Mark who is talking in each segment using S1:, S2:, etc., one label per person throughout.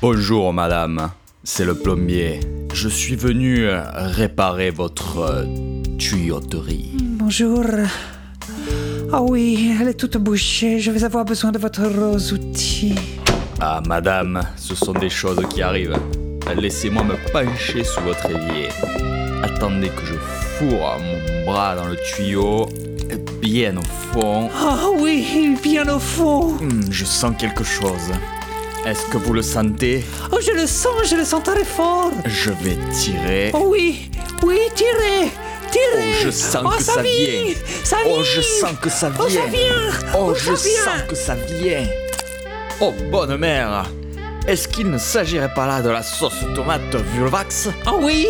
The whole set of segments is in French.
S1: Bonjour madame, c'est le plombier. Je suis venu euh, réparer votre euh, tuyauterie.
S2: Bonjour. Ah oui, elle est toute bouchée. Je vais avoir besoin de votre rose outil.
S1: Ah madame, ce sont des choses qui arrivent. Laissez-moi me pencher sous votre évier. Attendez que je fourre mon bras dans le tuyau, bien au fond.
S2: Ah oui, bien au fond.
S1: Hmm, je sens quelque chose. Est-ce que vous le sentez
S2: Oh, je le sens, je le sens très fort.
S1: Je vais tirer.
S2: Oh oui, oui, tirez, tirez.
S1: Oh, je sens
S2: Oh,
S1: que
S2: ça
S1: ça
S2: vient.
S1: vient.
S2: Ça vient.
S1: Oh, je sens que ça vient.
S2: Oh, ça vient.
S1: Oh, je
S2: ça vient.
S1: sens que ça vient. Oh, bonne mère. Est-ce qu'il ne s'agirait pas là de la sauce tomate Vulvax
S2: Oh oui,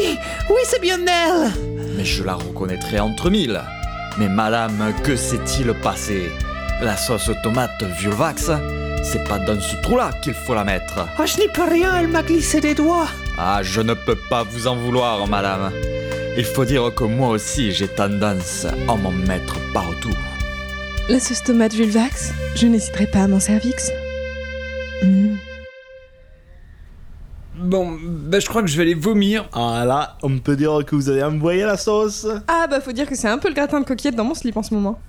S2: oui, c'est bien elle.
S1: Mais je la reconnaîtrai entre mille. Mais madame, que s'est-il passé La sauce tomate Vulvax, c'est pas dans ce trou-là qu'il faut la mettre.
S2: Oh, je n'y peux rien, elle m'a glissé des doigts.
S1: Ah, je ne peux pas vous en vouloir, madame. Il faut dire que moi aussi j'ai tendance à m'en mettre partout.
S3: La sauce tomate vulvax, je n'hésiterai pas à mon cervix. Mm.
S4: Bon, bah je crois que je vais aller vomir.
S5: Ah là, on peut dire que vous avez envoyé la sauce.
S3: Ah bah faut dire que c'est un peu le gratin de coquillette dans mon slip en ce moment.